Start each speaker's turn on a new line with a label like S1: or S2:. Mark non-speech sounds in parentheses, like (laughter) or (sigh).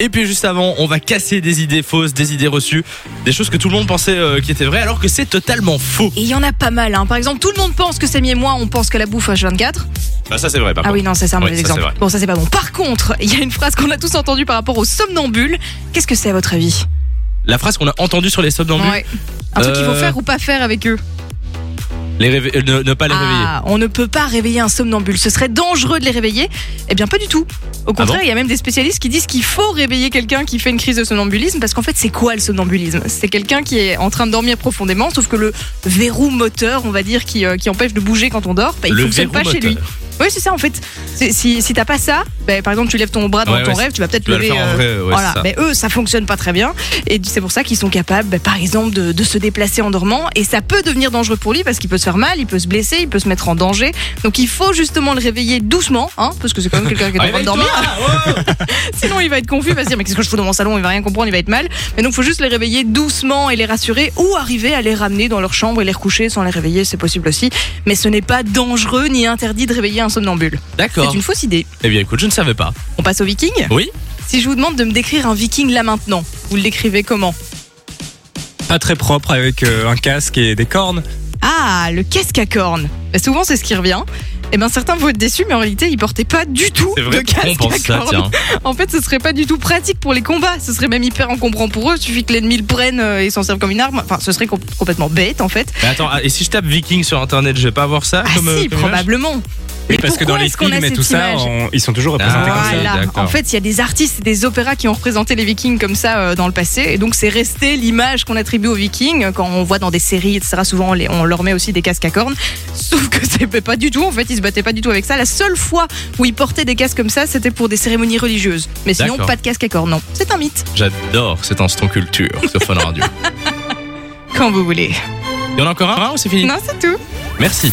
S1: Et puis juste avant, on va casser des idées fausses, des idées reçues, des choses que tout le monde pensait euh, qui étaient vraies alors que c'est totalement faux.
S2: Et il y en a pas mal. Hein. Par exemple, tout le monde pense que Samy et moi, on pense que la bouffe euh, H24.
S1: Bah ça c'est vrai par
S2: Ah oui, non, ça c'est un
S1: Oui,
S2: mauvais
S1: ça,
S2: exemple.
S1: c'est vrai.
S2: Bon, ça c'est pas bon. Par contre, (laughs) il y a une phrase qu'on a tous entendue par rapport aux somnambules. Qu'est-ce que c'est à votre avis
S1: La phrase qu'on a entendue sur les somnambules,
S2: Ouais. Un truc qu'il faut
S1: Euh,
S2: faire ou pas faire avec eux.
S1: les réve- euh, ne, ne pas les réveiller.
S2: Ah, on ne peut pas réveiller un somnambule. Ce serait dangereux de les réveiller. Eh bien, pas du tout. Au contraire,
S1: Ah bon
S2: il y a même des spécialistes qui disent qu'il faut réveiller quelqu'un qui fait une crise de somnambulisme parce qu'en fait, c'est quoi le somnambulisme C'est quelqu'un qui est en train de dormir profondément, sauf que le verrou moteur, on va dire, qui, euh, qui empêche de bouger quand on dort, bah, il
S1: le
S2: fonctionne
S1: verrou
S2: pas chez
S1: moteur.
S2: lui. Oui, c'est ça en fait. C'est- Si, si t'as pas ça, bah, par exemple, tu lèves ton bras dans
S1: Ouais,
S2: ton
S1: ouais,
S2: rêve, tu vas peut-être
S1: Tu vas le
S2: lever.
S1: faire en
S2: euh,
S1: vrai, ouais, c'est
S2: voilà,
S1: ça.
S2: mais eux, ça fonctionne pas très bien. Et c'est pour ça qu'ils sont capables, bah, par exemple, de, de se déplacer en dormant. Et ça peut devenir dangereux pour lui parce qu'il peut se faire mal, il peut se blesser, il peut se mettre en danger. Donc il faut justement le réveiller doucement, hein, parce que c'est quand même quelqu'un qui est en train de dormir.
S1: Ah,
S2: (laughs) Sinon, il va être confus, il va se dire Mais qu'est-ce que je fous dans mon salon Il va rien comprendre, il va être mal. Mais donc, faut juste les réveiller doucement et les rassurer ou arriver à les ramener dans leur chambre et les recoucher sans les réveiller, c'est possible aussi. Mais ce n'est pas dangereux ni interdit de réveiller un somnambule.
S1: D'accord.
S2: C'est une fausse idée.
S1: Eh bien écoute, je ne savais pas.
S2: On passe au viking
S1: Oui
S2: Si je vous demande de me décrire un viking là maintenant, vous le décrivez comment
S3: pas très propre avec euh, un casque et des cornes.
S2: Ah, le casque à cornes. Bah, souvent, c'est ce qui revient. Eh bien, certains vont être déçus, mais en réalité, ils portaient pas du tout
S1: C'est vrai
S2: de casque
S1: qu'on pense
S2: à
S1: ça,
S2: cornes.
S1: tiens.
S2: En fait, ce serait pas du tout pratique pour les combats. Ce serait même hyper encombrant pour eux. Il suffit que l'ennemi le prenne euh, et s'en serve comme une arme. Enfin, ce serait com- complètement bête en fait.
S1: Mais attends, ah, et si je tape viking sur internet, je vais pas avoir ça
S2: Ah
S1: comme, euh,
S2: si,
S1: comme image
S2: probablement. Mais
S3: parce que
S2: pourquoi
S3: dans les
S2: est-ce qu'on
S3: films
S2: a
S3: et
S2: cette
S3: tout ça,
S2: image
S3: on- ils sont toujours représentés comme ça.
S1: comme ça,
S2: Ah, Voilà.
S1: d'accord.
S2: En fait, il y a des artistes et des opéras qui ont représenté les Vikings comme ça euh, dans le passé, et donc c'est resté l'image qu'on attribue aux Vikings quand on voit dans des séries, etc. Souvent, on, les- on leur met aussi des casques à cornes. Sauf que (laughs) c'est pas du tout. En fait, ils se battaient pas du tout avec ça. La seule fois où ils portaient des casques comme ça, c'était pour des cérémonies religieuses. Mais sinon,
S1: D'accord.
S2: pas de casque à cornes. Non, c'est un mythe.
S1: J'adore cet instant culture sur Fun
S2: (laughs)
S1: Radio.
S2: Quand vous voulez.
S1: Il y en a encore un ou c'est fini
S2: Non, c'est tout.
S1: Merci.